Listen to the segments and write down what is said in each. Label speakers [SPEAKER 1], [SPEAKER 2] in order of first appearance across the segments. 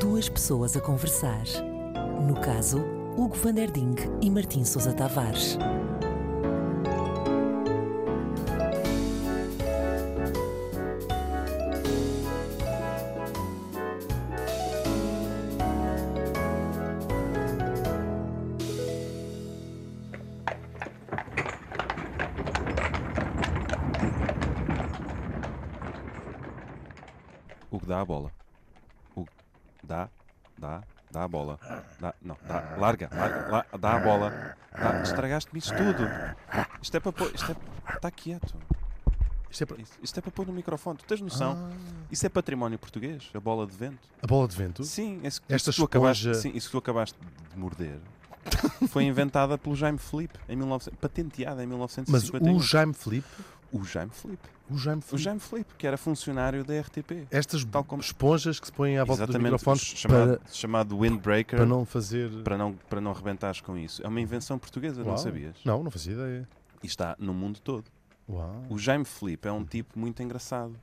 [SPEAKER 1] duas pessoas a conversar. No caso, Hugo van der Ding e Martim Sousa Tavares.
[SPEAKER 2] O que dá a bola. O que dá, dá, dá a bola. Dá, não, dá, larga, larga, la- dá a bola. Dá, estragaste-me isto tudo. Isto é para pôr. Isto é. Está quieto.
[SPEAKER 3] Isto é pra-
[SPEAKER 2] Isso- Isto é para pôr no microfone. Tu tens noção?
[SPEAKER 3] Ah.
[SPEAKER 2] Isso é património português? A bola de vento?
[SPEAKER 3] A bola de vento?
[SPEAKER 2] Sim, é isso,
[SPEAKER 3] Esta
[SPEAKER 2] isso que tu acabaste,
[SPEAKER 3] esponja-
[SPEAKER 2] sim, isso que tu acabaste de morder foi inventada pelo Jaime Felipe em 1900, patenteada em
[SPEAKER 3] Mas
[SPEAKER 2] 1951.
[SPEAKER 3] o Jaime Felipe,
[SPEAKER 2] o Jaime Felipe.
[SPEAKER 3] o Jaime
[SPEAKER 2] um. O
[SPEAKER 3] Felipe,
[SPEAKER 2] Jaime Felipe, que era funcionário da RTP.
[SPEAKER 3] estas
[SPEAKER 2] tal como-
[SPEAKER 3] esponjas que se põem à volta dos
[SPEAKER 2] Exatamente,
[SPEAKER 3] microfones
[SPEAKER 2] ch- chamado,
[SPEAKER 3] para,
[SPEAKER 2] chamado Windbreaker,
[SPEAKER 3] para não fazer.
[SPEAKER 2] para não, para não rebentares com isso. É uma invenção portuguesa, não
[SPEAKER 3] Uau.
[SPEAKER 2] sabias?
[SPEAKER 3] Não, não fazia ideia.
[SPEAKER 2] E está no mundo todo.
[SPEAKER 3] Uau.
[SPEAKER 2] O Jaime Felipe é um tipo muito engraçado.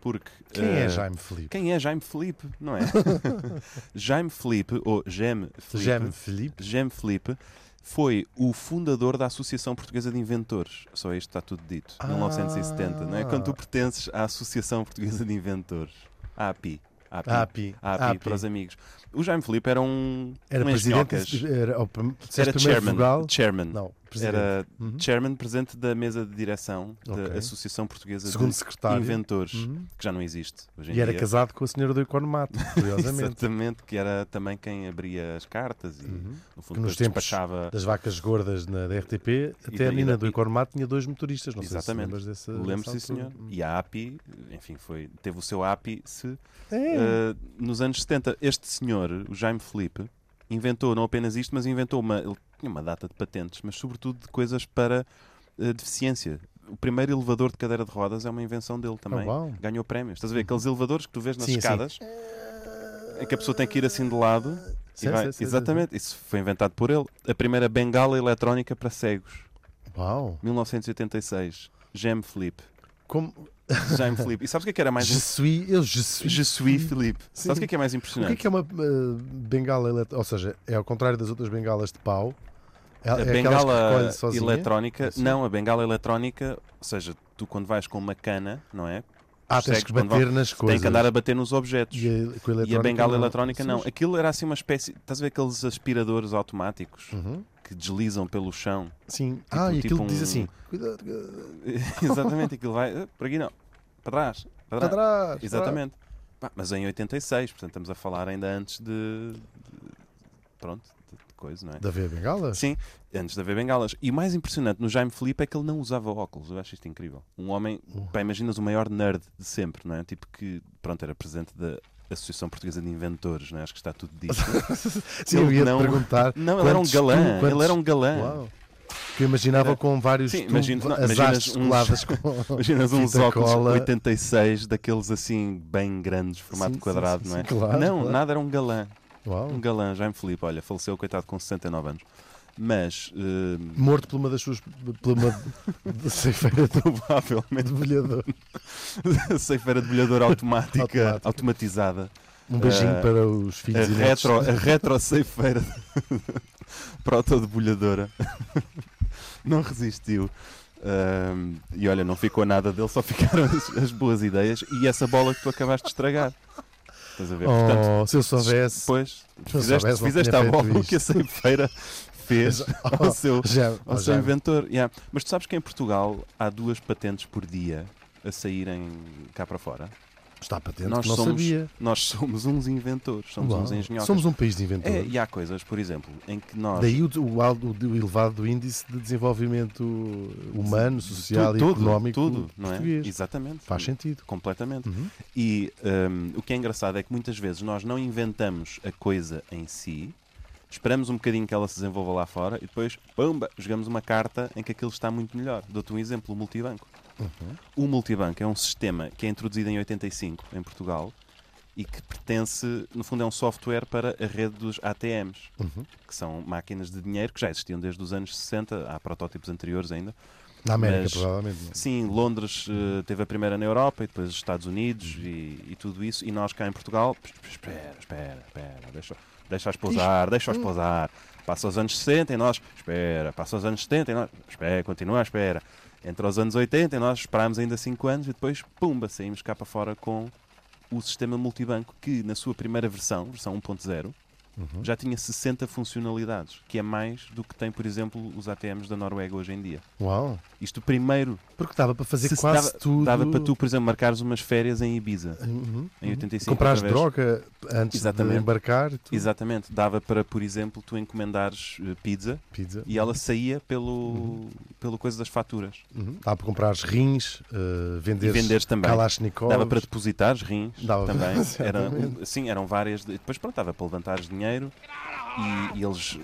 [SPEAKER 2] Porque,
[SPEAKER 3] Quem
[SPEAKER 2] eh,
[SPEAKER 3] é Jaime Felipe?
[SPEAKER 2] Quem é Jaime Felipe? Não é? Jaime Felipe, ou Gem Felipe,
[SPEAKER 3] Jaime Felipe?
[SPEAKER 2] é Jaime Felipe foi o fundador da Associação Portuguesa de Inventores. Só isto está tudo dito.
[SPEAKER 3] Ah.
[SPEAKER 2] 1970, não é? Quando tu pertences à Associação Portuguesa de Inventores. A API. API.
[SPEAKER 3] API.
[SPEAKER 2] API, para os amigos. O Jaime Felipe era um.
[SPEAKER 3] Era
[SPEAKER 2] um
[SPEAKER 3] presidente.
[SPEAKER 2] engenhocas.
[SPEAKER 3] Era, o prim- disseste
[SPEAKER 2] Era
[SPEAKER 3] primeiro
[SPEAKER 2] chairman.
[SPEAKER 3] Fogal?
[SPEAKER 2] chairman.
[SPEAKER 3] Não, presidente.
[SPEAKER 2] Era
[SPEAKER 3] Uhum.
[SPEAKER 2] chairman, presidente da mesa de direção da
[SPEAKER 3] Ok.
[SPEAKER 2] Associação Portuguesa
[SPEAKER 3] Segundo
[SPEAKER 2] de
[SPEAKER 3] secretário.
[SPEAKER 2] Inventores,
[SPEAKER 3] Uhum.
[SPEAKER 2] que já não existe hoje em
[SPEAKER 3] E era
[SPEAKER 2] dia.
[SPEAKER 3] casado com a senhora do Economato, curiosamente.
[SPEAKER 2] Exatamente, que era também quem abria as cartas e, no fundo,
[SPEAKER 3] Uhum. Que nos
[SPEAKER 2] depois
[SPEAKER 3] tempos
[SPEAKER 2] despachava.
[SPEAKER 3] das vacas gordas na da RTP, até
[SPEAKER 2] da-
[SPEAKER 3] a
[SPEAKER 2] e
[SPEAKER 3] mina
[SPEAKER 2] da-
[SPEAKER 3] do
[SPEAKER 2] e-
[SPEAKER 3] Economato tinha dois motoristas. Não sei se
[SPEAKER 2] Exatamente.
[SPEAKER 3] lembras dessa.
[SPEAKER 2] Lembro, sim,
[SPEAKER 3] dessa
[SPEAKER 2] senhor.
[SPEAKER 3] altura. hum.
[SPEAKER 2] E a API, enfim, foi, teve o seu API se,
[SPEAKER 3] É.
[SPEAKER 2] eh, nos anos 70. Este senhor, o Jaime Felipe, inventou não apenas isto, mas inventou uma. Ele tinha uma data de patentes, mas sobretudo de coisas para eh, deficiência. O primeiro elevador de cadeira de rodas é uma invenção dele também.
[SPEAKER 3] Ah, uau. Uhum.
[SPEAKER 2] Ganhou prémios. Estás a ver? Aqueles elevadores que tu vês nas
[SPEAKER 3] Sim, sim.
[SPEAKER 2] escadas em que a pessoa tem que ir assim de lado. e
[SPEAKER 3] Sim,
[SPEAKER 2] vai-
[SPEAKER 3] sim, sim,
[SPEAKER 2] Exatamente, isso foi inventado por ele. A primeira bengala eletrónica para cegos,
[SPEAKER 3] Uau!
[SPEAKER 2] 1986. Jaime Felipe.
[SPEAKER 3] Como.
[SPEAKER 2] Jaime Felipe. E sabes o que é que era mais.
[SPEAKER 3] Je suis, eu je suis.
[SPEAKER 2] Je suis Felipe.
[SPEAKER 3] Sim.
[SPEAKER 2] Sabes o que é que é mais
[SPEAKER 3] O que é
[SPEAKER 2] impressionante?
[SPEAKER 3] que é uma eh, bengala eletrónica? Ou seja, é ao contrário das outras bengalas de pau. É,
[SPEAKER 2] A
[SPEAKER 3] é aquelas que recolhe
[SPEAKER 2] bengala
[SPEAKER 3] sozinha?
[SPEAKER 2] eletrónica.
[SPEAKER 3] Assim?
[SPEAKER 2] Não, a bengala eletrónica, ou seja, tu quando vais com uma cana, não é?
[SPEAKER 3] Ah,
[SPEAKER 2] os
[SPEAKER 3] tens que
[SPEAKER 2] cegos, quando
[SPEAKER 3] bater
[SPEAKER 2] vão-
[SPEAKER 3] nas coisas.
[SPEAKER 2] Tem que andar a bater nos objetos.
[SPEAKER 3] E a, com a
[SPEAKER 2] E a bengala eletrónica não.
[SPEAKER 3] Sim,
[SPEAKER 2] Aquilo era assim uma espécie. Estás a ver aqueles aspiradores automáticos
[SPEAKER 3] Uhum.
[SPEAKER 2] que deslizam pelo chão?
[SPEAKER 3] Sim. ah, e
[SPEAKER 2] tipo
[SPEAKER 3] aquilo que diz
[SPEAKER 2] um-
[SPEAKER 3] assim: cuidado, cuidado,
[SPEAKER 2] Exatamente, aquilo vai. "Ah, Por aqui não. Para trás. Para
[SPEAKER 3] para
[SPEAKER 2] trás.
[SPEAKER 3] trás.
[SPEAKER 2] Exatamente. Pá, mas em 86, portanto, estamos a falar ainda antes de. de- pronto, de, de coisa, não é?
[SPEAKER 3] Da ver bengala?
[SPEAKER 2] Sim, antes de haver bengalas. E o mais impressionante no Jaime Felipe é que ele não usava óculos. Eu acho isto incrível. Um homem,
[SPEAKER 3] Uhum.
[SPEAKER 2] pá, imaginas o maior nerd de sempre, não é? Tipo que, pronto, era presidente da Associação Portuguesa de Inventores, não é? Acho que está tudo dito.
[SPEAKER 3] Sim, eu
[SPEAKER 2] Ele
[SPEAKER 3] ia
[SPEAKER 2] não-
[SPEAKER 3] te perguntar.
[SPEAKER 2] Não, ele era um
[SPEAKER 3] quantos
[SPEAKER 2] galã.
[SPEAKER 3] tu- quantos-
[SPEAKER 2] Ele era um galã.
[SPEAKER 3] Uau. Que eu imaginava
[SPEAKER 2] Era-
[SPEAKER 3] com vários
[SPEAKER 2] Sim,
[SPEAKER 3] tu,
[SPEAKER 2] imagina- não,
[SPEAKER 3] as
[SPEAKER 2] imaginas
[SPEAKER 3] hastes
[SPEAKER 2] uns-
[SPEAKER 3] coladas com
[SPEAKER 2] Imaginas uns
[SPEAKER 3] fita
[SPEAKER 2] óculos
[SPEAKER 3] cola.
[SPEAKER 2] 86 daqueles assim bem grandes, formato
[SPEAKER 3] Sim, sim,
[SPEAKER 2] quadrado,
[SPEAKER 3] sim,
[SPEAKER 2] não é?
[SPEAKER 3] sim, claro,
[SPEAKER 2] não,
[SPEAKER 3] claro. Oh.
[SPEAKER 2] nada era um galã.
[SPEAKER 3] Uau.
[SPEAKER 2] Um galã, Jaime Felipe, olha, faleceu, coitado, com 69 anos. Mas, eh,
[SPEAKER 3] Morto por uma das suas. por uma. de ceifeira de
[SPEAKER 2] provavelmente,
[SPEAKER 3] bolhador.
[SPEAKER 2] ceifeira de bolhador automática,
[SPEAKER 3] Automática.
[SPEAKER 2] automatizada.
[SPEAKER 3] Um beijinho
[SPEAKER 2] Ah,
[SPEAKER 3] para os filhos
[SPEAKER 2] A
[SPEAKER 3] e netos.
[SPEAKER 2] retro, a retro ceifeira proto-debulhadora. Não resistiu. Ahm, e olha, não ficou nada dele, só ficaram as, as boas ideias e essa bola que tu acabaste de estragar. Estás a ver? Portanto,
[SPEAKER 3] Oh, se eu soubesse.
[SPEAKER 2] Pois,
[SPEAKER 3] eu
[SPEAKER 2] fizeste,
[SPEAKER 3] soubesse, não
[SPEAKER 2] fizeste
[SPEAKER 3] tinha
[SPEAKER 2] a
[SPEAKER 3] feito
[SPEAKER 2] bola
[SPEAKER 3] isto.
[SPEAKER 2] é que é a ceifeira fez ao
[SPEAKER 3] Oh,
[SPEAKER 2] seu,
[SPEAKER 3] já,
[SPEAKER 2] ao
[SPEAKER 3] oh,
[SPEAKER 2] seu
[SPEAKER 3] já.
[SPEAKER 2] inventor. Yeah. Mas tu sabes que em Portugal há duas patentes por dia a saírem cá para fora?
[SPEAKER 3] Está patente,
[SPEAKER 2] Nós
[SPEAKER 3] não
[SPEAKER 2] somos-
[SPEAKER 3] sabia.
[SPEAKER 2] Nós somos uns inventores, somos
[SPEAKER 3] Uau.
[SPEAKER 2] uns engenhocas.
[SPEAKER 3] Somos um país de
[SPEAKER 2] É,
[SPEAKER 3] inventores.
[SPEAKER 2] e há coisas, por exemplo, em que nós.
[SPEAKER 3] Daí o, o alto- o elevado índice de desenvolvimento humano, social
[SPEAKER 2] Tu-
[SPEAKER 3] e económico
[SPEAKER 2] tudo, não é?
[SPEAKER 3] português.
[SPEAKER 2] Exatamente.
[SPEAKER 3] Faz sentido.
[SPEAKER 2] Completamente. E hum, o que é engraçado é que muitas vezes nós não inventamos a coisa em si, esperamos um bocadinho que ela se desenvolva lá fora e depois, pumba, jogamos uma carta em que aquilo está muito melhor. Dou-te um exemplo: o multibanco. O multibanco é um sistema que é introduzido em 85 em Portugal e que pertence, no fundo, é um software para a rede dos ATMs, que são máquinas de dinheiro que já existiam desde os anos 60, há protótipos anteriores ainda,
[SPEAKER 3] Na América,
[SPEAKER 2] Mas-
[SPEAKER 3] provavelmente. não é?
[SPEAKER 2] Sim, Londres eh, teve a primeira na Europa e depois os Estados Unidos e, e tudo isso. E nós cá em Portugal, "Pes- pes- espera, espera, espera, deixa, deixa-os pousar,
[SPEAKER 3] Hum.
[SPEAKER 2] deixa-os pousar. Passa os anos 60 e nós, espera, passa os anos 70 e nós, espera, continua à espera. Entre os anos 80 e nós esperámos ainda 5 anos e depois, pumba, saímos cá para fora com o sistema multibanco que na sua primeira versão, versão 1.0,
[SPEAKER 3] Uhum.
[SPEAKER 2] já tinha 60 funcionalidades, que é mais do que tem, por exemplo, os ATMs da Noruega hoje em dia.
[SPEAKER 3] é? Uau.
[SPEAKER 2] Isto primeiro
[SPEAKER 3] Porque dava para fazer
[SPEAKER 2] se
[SPEAKER 3] quase
[SPEAKER 2] dava,
[SPEAKER 3] tudo.
[SPEAKER 2] Dava para tu, por exemplo, marcares umas férias em Ibiza,
[SPEAKER 3] Uhum.
[SPEAKER 2] em 85.
[SPEAKER 3] Comprares
[SPEAKER 2] através-
[SPEAKER 3] droga antes
[SPEAKER 2] Exatamente.
[SPEAKER 3] de embarcar. Tu...
[SPEAKER 2] Exatamente. Dava para, por exemplo, tu encomendares eh, pizza
[SPEAKER 3] Pizza.
[SPEAKER 2] e ela saía pelo, pelo coisa das faturas.
[SPEAKER 3] Uhum. Dá para comprares rins, eh,
[SPEAKER 2] E
[SPEAKER 3] venderes,
[SPEAKER 2] venderes também.
[SPEAKER 3] Kalashnikov.
[SPEAKER 2] Dava para depositares rins
[SPEAKER 3] Dava-
[SPEAKER 2] também. Era, um,
[SPEAKER 3] Exatamente.
[SPEAKER 2] sim, eram várias. de- Depois, pronto, dava para levantares dinheiro e, e eles.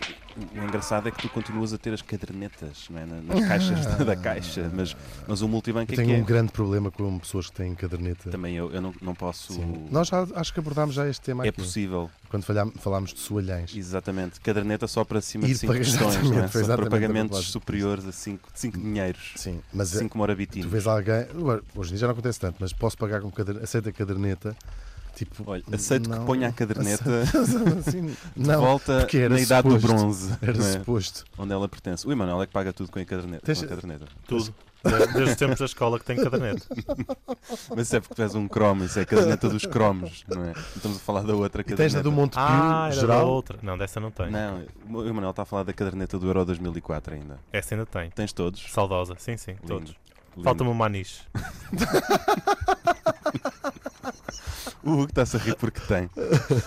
[SPEAKER 2] O engraçado é que tu continuas a ter as cadernetas não é? Na- nas caixas da, da caixa, mas, mas o multibanco
[SPEAKER 3] Eu
[SPEAKER 2] é que
[SPEAKER 3] tenho um
[SPEAKER 2] é.
[SPEAKER 3] grande problema com pessoas que têm caderneta.
[SPEAKER 2] Também eu, eu não, não posso.
[SPEAKER 3] Sim. Nós já, acho que abordámos já este tema
[SPEAKER 2] É
[SPEAKER 3] aqui.
[SPEAKER 2] possível.
[SPEAKER 3] Quando falhá- falámos de soalhões.
[SPEAKER 2] Exatamente, caderneta só para cima
[SPEAKER 3] E
[SPEAKER 2] de 5
[SPEAKER 3] depois-
[SPEAKER 2] questões, não é?
[SPEAKER 3] exatamente, foi
[SPEAKER 2] só para
[SPEAKER 3] exatamente a
[SPEAKER 2] pagamentos
[SPEAKER 3] propósito.
[SPEAKER 2] superiores a 5 dinheiros,
[SPEAKER 3] Sim, mas eh,
[SPEAKER 2] 5
[SPEAKER 3] tu
[SPEAKER 2] morabitinos.
[SPEAKER 3] vês alguém. agora, Hoje em dia já não acontece tanto, mas posso pagar com caderneta. Aceita a caderneta. Tipo,
[SPEAKER 2] Olha, aceito
[SPEAKER 3] não,
[SPEAKER 2] que ponha a caderneta
[SPEAKER 3] assim,
[SPEAKER 2] de
[SPEAKER 3] não,
[SPEAKER 2] volta
[SPEAKER 3] porque era
[SPEAKER 2] na idade do
[SPEAKER 3] suposto.
[SPEAKER 2] bronze,
[SPEAKER 3] era
[SPEAKER 2] não é?
[SPEAKER 3] suposto.
[SPEAKER 2] onde ela pertence. O Emanuel é que paga tudo com a caderneta.
[SPEAKER 3] Tens-
[SPEAKER 2] com a caderneta.
[SPEAKER 4] Tudo. De- Desde os tempos da escola que tem caderneta.
[SPEAKER 2] Mas isso é porque tu és um cromo, isso é a caderneta dos cromos, não é? Estamos a falar da outra
[SPEAKER 3] E
[SPEAKER 2] caderneta.
[SPEAKER 3] tens a do Monte Pio,
[SPEAKER 4] Ah, era da
[SPEAKER 3] geral.
[SPEAKER 4] outra. Não, dessa não tenho.
[SPEAKER 2] Não, o Emanuel está a falar da caderneta do Euro 2004 ainda.
[SPEAKER 4] Essa ainda tem.
[SPEAKER 2] Tens todos?
[SPEAKER 4] Saudosa. Sim, sim,
[SPEAKER 2] Lindo.
[SPEAKER 4] todos.
[SPEAKER 2] Lindo.
[SPEAKER 4] Falta-me o maniche.
[SPEAKER 2] O Hugo está-se a rir porque tem.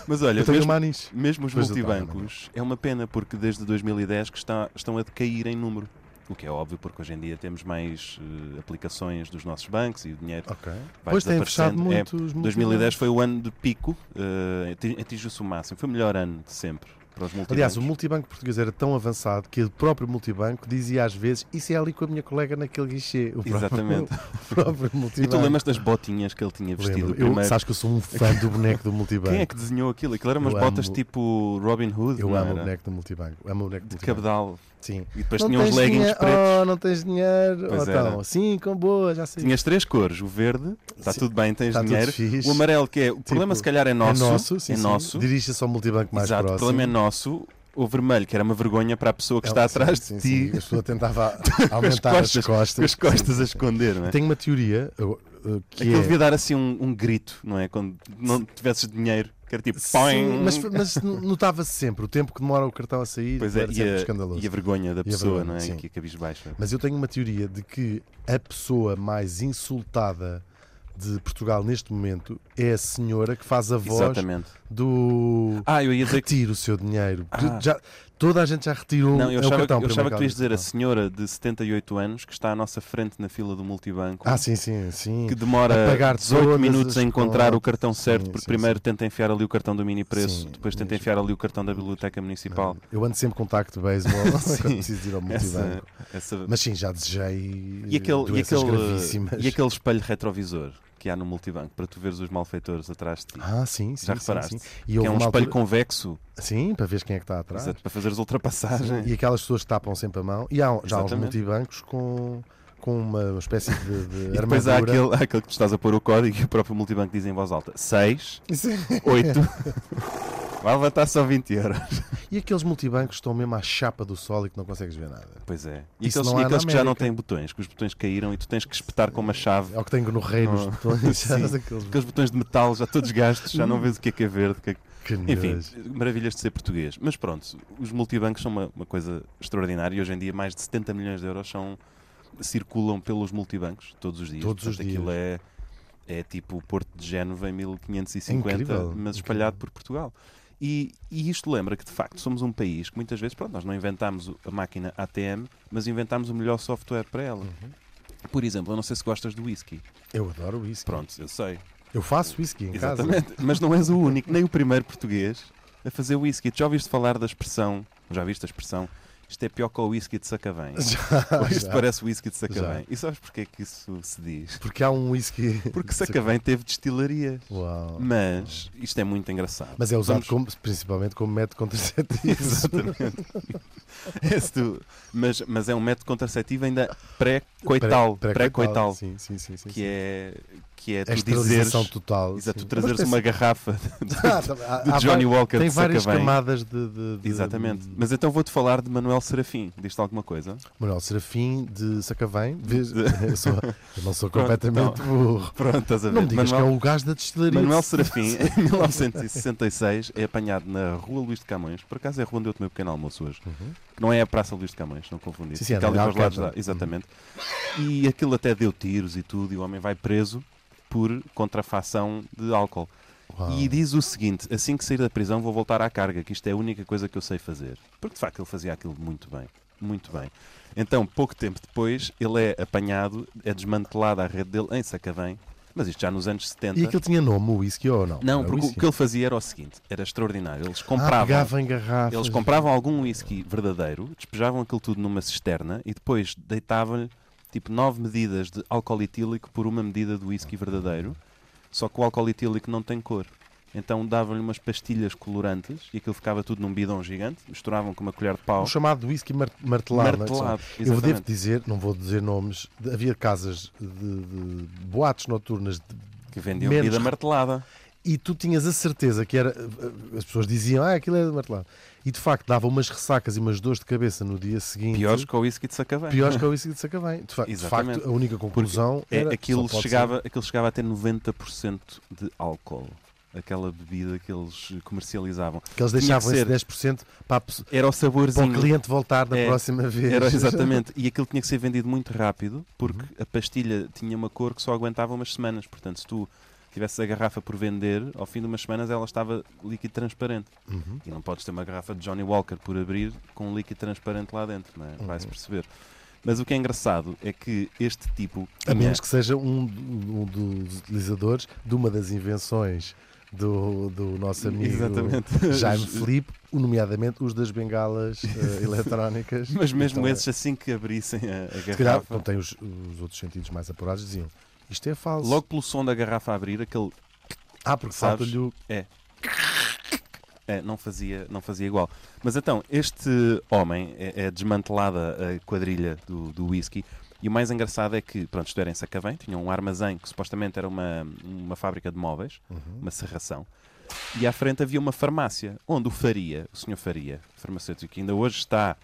[SPEAKER 2] Mas olha,
[SPEAKER 3] Eu tenho
[SPEAKER 2] mesmo-
[SPEAKER 3] manis.
[SPEAKER 2] Mesmo os
[SPEAKER 3] Pois eu
[SPEAKER 2] multibancos é uma pena porque desde 2010 que está- estão a decair em número. O que é óbvio porque hoje em dia temos mais eh, aplicações dos nossos bancos e o dinheiro
[SPEAKER 3] Ok.
[SPEAKER 2] vai
[SPEAKER 3] Pois têm fechado
[SPEAKER 2] desaparecendo. É,
[SPEAKER 3] Ah, muito os
[SPEAKER 2] 2010 foi o ano de pico, eh, ati- atingiu-se o máximo. Foi o melhor ano de sempre para os multibancos.
[SPEAKER 3] Aliás, o multibanco português era tão avançado que o próprio multibanco dizia às vezes isso é ali com a minha colega naquele guichê. O próprio-
[SPEAKER 2] Exatamente.
[SPEAKER 3] o próprio
[SPEAKER 2] E tu
[SPEAKER 3] multibanco.
[SPEAKER 2] lembras das botinhas que ele tinha vestido?
[SPEAKER 3] Lembro.
[SPEAKER 2] o
[SPEAKER 3] Eu,
[SPEAKER 2] primeiro?
[SPEAKER 3] sabes que eu sou um fã do boneco do multibanco.
[SPEAKER 2] Quem é que desenhou aquilo? Aquilo eram umas
[SPEAKER 3] Eu
[SPEAKER 2] botas
[SPEAKER 3] amo-
[SPEAKER 2] tipo Robin Hood,
[SPEAKER 3] Eu
[SPEAKER 2] não
[SPEAKER 3] amo o
[SPEAKER 2] era?
[SPEAKER 3] boneco do multibanco. Amo o boneco do
[SPEAKER 2] De
[SPEAKER 3] multibanco.
[SPEAKER 2] cabedal.
[SPEAKER 3] Sim.
[SPEAKER 2] E depois
[SPEAKER 3] não
[SPEAKER 2] tinha uns
[SPEAKER 3] tens
[SPEAKER 2] leggings
[SPEAKER 3] dinheiro.
[SPEAKER 2] pretos.
[SPEAKER 3] Oh, não tens dinheiro.
[SPEAKER 2] Pois
[SPEAKER 3] Oh, então,
[SPEAKER 2] era.
[SPEAKER 3] sim, com boa, já sei.
[SPEAKER 2] Tinhas três cores, o verde, está
[SPEAKER 3] Sim.
[SPEAKER 2] tudo bem, tens
[SPEAKER 3] Está
[SPEAKER 2] dinheiro.
[SPEAKER 3] tudo fixe.
[SPEAKER 2] O amarelo que é, o problema se calhar é nosso.
[SPEAKER 3] é nosso. Sim,
[SPEAKER 2] é
[SPEAKER 3] sim.
[SPEAKER 2] nosso.
[SPEAKER 3] Dirige-se ao multibanco mais
[SPEAKER 2] Exato, o
[SPEAKER 3] próximo.
[SPEAKER 2] problema é nosso. O vermelho, que era uma vergonha para a pessoa que
[SPEAKER 3] É,
[SPEAKER 2] está
[SPEAKER 3] sim,
[SPEAKER 2] atrás
[SPEAKER 3] sim,
[SPEAKER 2] de
[SPEAKER 3] sim.
[SPEAKER 2] ti,
[SPEAKER 3] A pessoa tentava aumentar
[SPEAKER 2] costas,
[SPEAKER 3] as costas.
[SPEAKER 2] com as costas
[SPEAKER 3] Sim.
[SPEAKER 2] a esconder, não é?
[SPEAKER 3] Tenho uma teoria eu, eu, que
[SPEAKER 2] Aquilo
[SPEAKER 3] é...
[SPEAKER 2] devia dar assim um, um grito, não é? Quando não tivesses dinheiro, que era tipo,
[SPEAKER 3] Sim,
[SPEAKER 2] põe.
[SPEAKER 3] mas, mas notava-se sempre o tempo que demora o cartão a sair
[SPEAKER 2] Pois é,
[SPEAKER 3] era
[SPEAKER 2] e
[SPEAKER 3] sempre
[SPEAKER 2] a,
[SPEAKER 3] escandaloso.
[SPEAKER 2] e a vergonha da
[SPEAKER 3] a
[SPEAKER 2] pessoa,
[SPEAKER 3] vergonha,
[SPEAKER 2] não é?
[SPEAKER 3] sim.
[SPEAKER 2] Que a cabisbaixa.
[SPEAKER 3] Mas eu tenho uma teoria de que a pessoa mais insultada de Portugal neste momento é a senhora que faz a voz
[SPEAKER 2] Exatamente.
[SPEAKER 3] do
[SPEAKER 2] Ah, eu ia dizer que.
[SPEAKER 3] retira o seu dinheiro.
[SPEAKER 2] Ah.
[SPEAKER 3] Já, toda a gente já retirou
[SPEAKER 2] Não, eu
[SPEAKER 3] é o
[SPEAKER 2] achava, que-
[SPEAKER 3] cartão.
[SPEAKER 2] eu achava
[SPEAKER 3] primeiro
[SPEAKER 2] que tu ias dizer a
[SPEAKER 3] ela-
[SPEAKER 2] senhora de 78 anos que está à nossa frente na fila do multibanco
[SPEAKER 3] Ah, sim, sim, sim.
[SPEAKER 2] que demora
[SPEAKER 3] A pagar
[SPEAKER 2] 18
[SPEAKER 3] todas
[SPEAKER 2] minutos a
[SPEAKER 3] as
[SPEAKER 2] encontrar o
[SPEAKER 3] contas.
[SPEAKER 2] cartão certo,
[SPEAKER 3] Sim,
[SPEAKER 2] porque
[SPEAKER 3] sim,
[SPEAKER 2] primeiro tenta enfiar ali o cartão do mini preço,
[SPEAKER 3] Sim,
[SPEAKER 2] depois tenta
[SPEAKER 3] mesmo.
[SPEAKER 2] enfiar ali o cartão da biblioteca municipal.
[SPEAKER 3] Eu ando sempre com tacto de beisebol
[SPEAKER 2] Sim.
[SPEAKER 3] quando preciso ir ao
[SPEAKER 2] Essa,
[SPEAKER 3] multibanco.
[SPEAKER 2] essa-
[SPEAKER 3] Mas sim, já desejei
[SPEAKER 2] e, aquele, e,
[SPEAKER 3] doenças
[SPEAKER 2] aquele,
[SPEAKER 3] gravíssimas.
[SPEAKER 2] e aquele espelho retrovisor que há no multibanco para tu veres os malfeitores atrás de ti.
[SPEAKER 3] Ah, sim, sim.
[SPEAKER 2] Já
[SPEAKER 3] sim,
[SPEAKER 2] reparaste?
[SPEAKER 3] sim. E
[SPEAKER 2] Que
[SPEAKER 3] houve
[SPEAKER 2] é um
[SPEAKER 3] uma
[SPEAKER 2] espelho
[SPEAKER 3] altura-
[SPEAKER 2] convexo
[SPEAKER 3] Sim, para ver quem é que está atrás.
[SPEAKER 2] exato, para fazeres ultrapassagem.
[SPEAKER 3] E aquelas pessoas que tapam sempre a mão. E há já há uns
[SPEAKER 2] Exatamente.
[SPEAKER 3] multibancos com, com uma espécie de, de
[SPEAKER 2] E depois há
[SPEAKER 3] armadura.
[SPEAKER 2] aquele, há aquele que tu estás a pôr o código e o próprio multibanco diz em voz alta: 6,
[SPEAKER 3] Sim.
[SPEAKER 2] 8, vai levantar só 20 euros.
[SPEAKER 3] E aqueles multibancos que estão mesmo à chapa do sol e que não consegues ver nada.
[SPEAKER 2] Pois é. E
[SPEAKER 3] Isso
[SPEAKER 2] aqueles,
[SPEAKER 3] não
[SPEAKER 2] e
[SPEAKER 3] há na
[SPEAKER 2] aqueles que já não
[SPEAKER 3] América.
[SPEAKER 2] têm botões, que os botões caíram e tu tens que espetar com uma chave
[SPEAKER 3] É o que tenho no rei nos
[SPEAKER 2] Oh.
[SPEAKER 3] botões.
[SPEAKER 2] Sim.
[SPEAKER 3] sabes, aqueles...
[SPEAKER 2] Aqueles botões de metal já todos gastos, já não vês o que é que é verde. o que é que-
[SPEAKER 3] Que
[SPEAKER 2] Enfim,
[SPEAKER 3] nojo.
[SPEAKER 2] maravilhas de ser português. Mas pronto, os multibancos são uma, uma coisa extraordinária e hoje em dia mais de 70 milhões de euros são, circulam pelos multibancos todos os dias.
[SPEAKER 3] Todos os
[SPEAKER 2] Portanto, aquilo é, é tipo o Porto de Génova em 1550,
[SPEAKER 3] Incrível,
[SPEAKER 2] mas espalhado por Portugal. E, e isto lembra que de facto somos um país que muitas vezes, pronto, nós não inventámos o- a máquina ATM, mas inventámos o melhor software para ela. Por exemplo, eu não sei se gostas do whisky.
[SPEAKER 3] Eu adoro whisky.
[SPEAKER 2] Pronto, eu sei.
[SPEAKER 3] Eu faço whisky em casa.
[SPEAKER 2] Exatamente, mas não és o único, nem o primeiro português a fazer whisky. Tu já ouviste falar da expressão, já ouviste a expressão Isto é pior que o whisky de Sacavém.
[SPEAKER 3] Já,
[SPEAKER 2] Isto
[SPEAKER 3] já.
[SPEAKER 2] parece whisky de
[SPEAKER 3] Já.
[SPEAKER 2] Sacavém. E sabes porquê que isso se diz?
[SPEAKER 3] Porque há um whisky.
[SPEAKER 2] Porque Sacavém teve destilarias.
[SPEAKER 3] Uau.
[SPEAKER 2] Mas isto é muito engraçado.
[SPEAKER 3] Oh. Mas é usado
[SPEAKER 2] Vamos-
[SPEAKER 3] como- principalmente como método contraceptivo.
[SPEAKER 2] Exatamente. Esse do- mas, mas é um método contraceptivo ainda pré-coital.
[SPEAKER 3] Pré-
[SPEAKER 2] Pré-coital.
[SPEAKER 3] Sim, sim, sim. sim,
[SPEAKER 2] que é, que é
[SPEAKER 3] A
[SPEAKER 2] tu dizeres.
[SPEAKER 3] esterilização total.
[SPEAKER 2] Exato, tu
[SPEAKER 3] sim.
[SPEAKER 2] trazeres
[SPEAKER 3] Mas
[SPEAKER 2] uma garrafa
[SPEAKER 3] tem- Ah, tá- há-
[SPEAKER 2] de
[SPEAKER 3] há
[SPEAKER 2] Johnny
[SPEAKER 3] vai-
[SPEAKER 2] Walker
[SPEAKER 3] Tem
[SPEAKER 2] de
[SPEAKER 3] várias
[SPEAKER 2] Sacavém.
[SPEAKER 3] camadas de. de- de-
[SPEAKER 2] Exatamente. Mas então vou-te falar de Manuel Serafim. Diz-te alguma coisa?
[SPEAKER 3] Manuel Serafim de Sacavém. Vês-
[SPEAKER 2] De-
[SPEAKER 3] Eu, sou- eu não sou
[SPEAKER 2] Pronto,
[SPEAKER 3] completamente burro.
[SPEAKER 2] Pronto, estás a ver.
[SPEAKER 3] Não me digas que
[SPEAKER 2] Manuel,
[SPEAKER 3] é o gás da destilaria.
[SPEAKER 2] Manuel Serafim, em 1966, é apanhado na Rua Luís de Camões. Por acaso é a rua onde eu tomei o pequeno almoço hoje.
[SPEAKER 3] Uhum.
[SPEAKER 2] Que não é a Praça Luís de Camões, não confundir.
[SPEAKER 3] Sim, sim,
[SPEAKER 2] Fica
[SPEAKER 3] é
[SPEAKER 2] ali
[SPEAKER 3] na
[SPEAKER 2] para os lados
[SPEAKER 3] Alcântara.
[SPEAKER 2] da- Exatamente. E aquilo até deu tiros e tudo, e o homem vai preso por contrafação de álcool.
[SPEAKER 3] Uau.
[SPEAKER 2] E diz o seguinte: assim que sair da prisão, vou voltar à carga, que isto é a única coisa que eu sei fazer. Porque de facto ele fazia aquilo muito bem. Muito bem. Então, pouco tempo depois, ele é apanhado, é desmantelada a rede dele em Sacavém, mas isto já nos anos 70.
[SPEAKER 3] E aquilo tinha nome, o whisky ou não?
[SPEAKER 2] Não,
[SPEAKER 3] Era
[SPEAKER 2] porque o
[SPEAKER 3] whisky.
[SPEAKER 2] que ele fazia era o seguinte: era extraordinário. Eles
[SPEAKER 3] Ah,
[SPEAKER 2] compravam.
[SPEAKER 3] pegava em garrafas.
[SPEAKER 2] Eles compravam algum whisky verdadeiro, despejavam aquilo tudo numa cisterna e depois deitavam-lhe tipo 9 medidas de álcool etílico por uma medida de whisky verdadeiro. Só que o álcool etílico não tem cor. Então davam-lhe umas pastilhas colorantes e aquilo ficava tudo num bidão gigante, misturavam com uma colher de pau.
[SPEAKER 3] O chamado whisky mar- martelado. não é que são? Um Eu devo
[SPEAKER 2] exatamente.
[SPEAKER 3] dizer, não vou dizer nomes, de- havia casas de, de boates noturnas de-
[SPEAKER 2] Que vendiam
[SPEAKER 3] menos-
[SPEAKER 2] bebida martelada.
[SPEAKER 3] e tu tinhas a certeza que era. As pessoas diziam, ah, aquilo é martelado. E de facto dava umas ressacas e umas dores de cabeça no dia seguinte.
[SPEAKER 2] Piores que o whisky de Sacavém.
[SPEAKER 3] Piores que o whisky de Sacavém. De, fa- de
[SPEAKER 2] Exatamente.
[SPEAKER 3] facto, a única conclusão
[SPEAKER 2] É,
[SPEAKER 3] era
[SPEAKER 2] aquilo,
[SPEAKER 3] só pode
[SPEAKER 2] chegava, aquilo chegava a ter 90% de álcool. Aquela bebida que eles comercializavam.
[SPEAKER 3] ser- que eles
[SPEAKER 2] tinha que
[SPEAKER 3] deixavam esse
[SPEAKER 2] ser.
[SPEAKER 3] 10% para, a pessoa-
[SPEAKER 2] Era o
[SPEAKER 3] para o
[SPEAKER 2] saborzinho.
[SPEAKER 3] cliente voltar da
[SPEAKER 2] É,
[SPEAKER 3] próxima vez.
[SPEAKER 2] Era exatamente. E aquilo tinha que ser vendido muito rápido, porque
[SPEAKER 3] Uhum.
[SPEAKER 2] a pastilha tinha uma cor que só aguentava umas semanas. Portanto, se tu tivesses a garrafa por vender, ao fim de umas semanas ela estava líquido transparente.
[SPEAKER 3] Uhum.
[SPEAKER 2] E não podes ter uma garrafa de Johnny Walker por abrir com um líquido transparente lá dentro, não é?
[SPEAKER 3] Uhum.
[SPEAKER 2] Vai-se perceber. Mas o que é engraçado é que este tipo.
[SPEAKER 3] A
[SPEAKER 2] tinha-
[SPEAKER 3] menos que seja um, um dos utilizadores de uma das invenções do, do nosso amigo
[SPEAKER 2] Exatamente.
[SPEAKER 3] Jaime Felipe, nomeadamente os das bengalas eh, eletrónicas.
[SPEAKER 2] Mas mesmo
[SPEAKER 3] Então,
[SPEAKER 2] esses, assim que abrissem a, a
[SPEAKER 3] Se calhar,
[SPEAKER 2] garrafa,
[SPEAKER 3] não tem os, os outros sentidos mais apurados, diziam isto é falso.
[SPEAKER 2] logo pelo som da garrafa abrir, aquele
[SPEAKER 3] ah, porque
[SPEAKER 2] sabes?
[SPEAKER 3] falta-lhe o.
[SPEAKER 2] É, não fazia, não fazia igual. Mas então, este homem é, é desmantelada a quadrilha do, do whisky. E o mais engraçado é que, pronto, isto era em Sacavém, tinha um armazém que supostamente era uma, uma fábrica de móveis,
[SPEAKER 3] Uhum.
[SPEAKER 2] uma serração. E à frente havia uma farmácia, onde o Faria, o senhor Faria, farmacêutico, que ainda hoje está,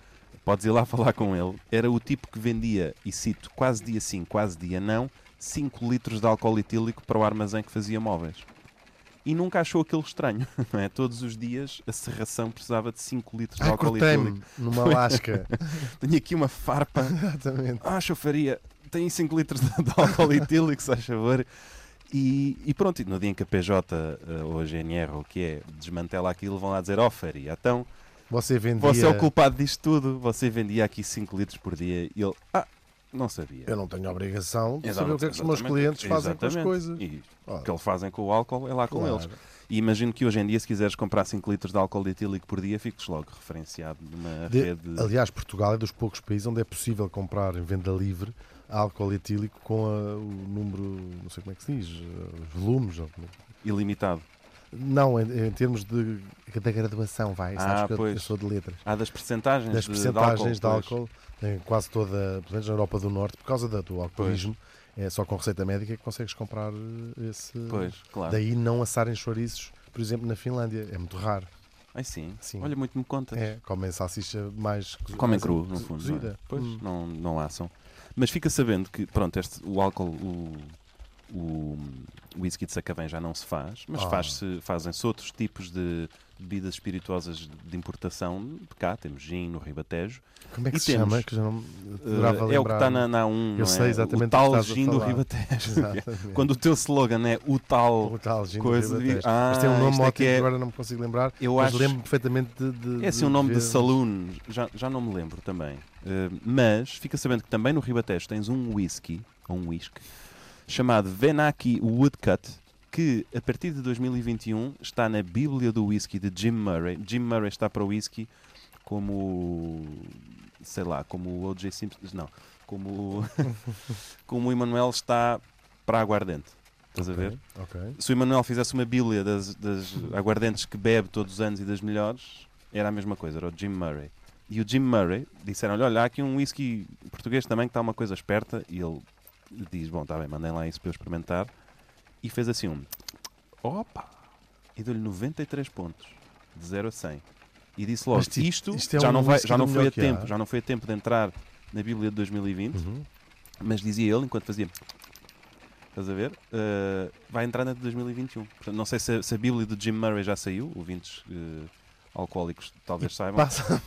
[SPEAKER 2] podes ir lá falar com ele, era o tipo que vendia, e cito, quase dia sim, quase dia não, 5 litros de álcool etílico para o armazém que fazia móveis. E nunca achou aquilo estranho, não é? Todos os dias a serração precisava de 5 litros de
[SPEAKER 3] Ah,
[SPEAKER 2] álcool etílico.
[SPEAKER 3] cortei-me numa lasca.
[SPEAKER 2] Tenho aqui uma farpa
[SPEAKER 3] Exatamente.
[SPEAKER 2] ah, chofaria, tem 5 litros de de álcool etílico, se faz favor. E, e pronto, e no dia em que a PJ eh, ou a GNR, ou o que é, desmantela aquilo, vão lá dizer: Ó, faria, então
[SPEAKER 3] Você vendia.
[SPEAKER 2] você é o culpado disto tudo, você vendia aqui 5 litros por dia. E ele, ah, não sabia.
[SPEAKER 3] Eu não tenho obrigação de saber
[SPEAKER 2] Exatamente,
[SPEAKER 3] o que é que os meus
[SPEAKER 2] exatamente,
[SPEAKER 3] clientes fazem com as
[SPEAKER 2] exatamente.
[SPEAKER 3] coisas.
[SPEAKER 2] E
[SPEAKER 3] Ah,
[SPEAKER 2] o que eles fazem com o álcool é lá com
[SPEAKER 3] claro.
[SPEAKER 2] eles. E imagino que hoje em dia, se quiseres comprar 5 litros de álcool etílico por dia, fiques logo referenciado numa
[SPEAKER 3] De-
[SPEAKER 2] rede.
[SPEAKER 3] Aliás, Portugal é dos poucos países onde é possível comprar em venda livre álcool etílico com a- o número, não sei como é que se diz, eh, volumes. ou como-
[SPEAKER 2] ilimitado.
[SPEAKER 3] Não, em, em termos de, da graduação, vai.
[SPEAKER 2] Ah,
[SPEAKER 3] Sabes que eu- eu,
[SPEAKER 2] pois.
[SPEAKER 3] sou de letras.
[SPEAKER 2] Há Ah, das percentagens
[SPEAKER 3] Das
[SPEAKER 2] de-
[SPEAKER 3] percentagens de
[SPEAKER 2] pois.
[SPEAKER 3] álcool, em quase toda, pelo menos na Europa do Norte, por causa da- do alcoolismo, é só com receita médica que consegues comprar eh, esse.
[SPEAKER 2] Pois, claro.
[SPEAKER 3] Daí não assarem chouriços, por exemplo, na Finlândia. É muito raro.
[SPEAKER 2] Ai sim.
[SPEAKER 3] Sim.
[SPEAKER 2] Olha, muito me contas.
[SPEAKER 3] É, comem salsicha mais. cozi-
[SPEAKER 2] Comem
[SPEAKER 3] mais
[SPEAKER 2] cru, no
[SPEAKER 3] cozi-
[SPEAKER 2] fundo.
[SPEAKER 3] cozida.
[SPEAKER 2] não é? Pois,
[SPEAKER 3] Hum.
[SPEAKER 2] não, não assam. Mas fica sabendo que, pronto, este, o álcool, o, o whisky de Sacavém já não se faz, mas
[SPEAKER 3] Ah.
[SPEAKER 2] faz-se, fazem-se outros tipos de bebidas espirituosas de importação de cá. Temos gin no Ribatejo.
[SPEAKER 3] Como é que
[SPEAKER 2] E
[SPEAKER 3] se
[SPEAKER 2] temos,
[SPEAKER 3] chama? Que eu já não
[SPEAKER 2] Eh,
[SPEAKER 3] adorava
[SPEAKER 2] é o que
[SPEAKER 3] lembrar.
[SPEAKER 2] está na, na 1,
[SPEAKER 3] Eu
[SPEAKER 2] não é?
[SPEAKER 3] sei exatamente
[SPEAKER 2] o
[SPEAKER 3] o que
[SPEAKER 2] tal
[SPEAKER 3] estás a
[SPEAKER 2] gin do
[SPEAKER 3] falar.
[SPEAKER 2] Ribatejo.
[SPEAKER 3] Exatamente.
[SPEAKER 2] Quando o teu slogan é o tal...
[SPEAKER 3] o tal gin do
[SPEAKER 2] coisa de-
[SPEAKER 3] Ribatejo.
[SPEAKER 2] Ah,
[SPEAKER 3] Mas tem um nome
[SPEAKER 2] isto é
[SPEAKER 3] ótimo
[SPEAKER 2] que
[SPEAKER 3] que
[SPEAKER 2] é-
[SPEAKER 3] agora não me consigo lembrar.
[SPEAKER 2] Eu
[SPEAKER 3] mas
[SPEAKER 2] acho...
[SPEAKER 3] lembro perfeitamente de. de
[SPEAKER 2] É assim um nome de
[SPEAKER 3] ver-
[SPEAKER 2] saloon, já, já não me lembro também. Eh, mas fica sabendo que também no Ribatejo tens um whisky, ou um whisky, chamado Venaki Woodcut, que a partir um, de 2021 está na Bíblia do Whisky de Jim Murray. Jim Murray está para o whisky como sei lá, como o O.J. Simpson, não, como o- como o Emanuel está para a aguardente. Estás a ver?
[SPEAKER 3] Ok.
[SPEAKER 2] Se o Emanuel fizesse uma bíblia das, das aguardentes que bebe todos os anos e das melhores, era a mesma coisa, era o Jim Murray. E o Jim Murray disseram-lhe: Olha, há aqui um whisky português também que está uma coisa esperta. E ele diz: Bom, está bem, mandem lá isso para eu experimentar. E fez assim um: Opa! E deu-lhe 93 pontos, de 0 a 100. E disse logo:
[SPEAKER 3] Mas ti-
[SPEAKER 2] Isto,
[SPEAKER 3] isto é
[SPEAKER 2] já,
[SPEAKER 3] um
[SPEAKER 2] não vai,
[SPEAKER 3] whisky
[SPEAKER 2] já, não
[SPEAKER 3] do
[SPEAKER 2] foi
[SPEAKER 3] melhor
[SPEAKER 2] a
[SPEAKER 3] que há."
[SPEAKER 2] tempo, já não foi a tempo de entrar na Bíblia de 2020.
[SPEAKER 3] Uhum.
[SPEAKER 2] Mas dizia ele, enquanto fazia. Estás a ver? Uh, vai entrar na de 2021. Portanto, não sei se a, se a Bíblia do Jim Murray já saiu, ouvintes uh, alcoólicos talvez saibam. Passa,
[SPEAKER 3] Passa,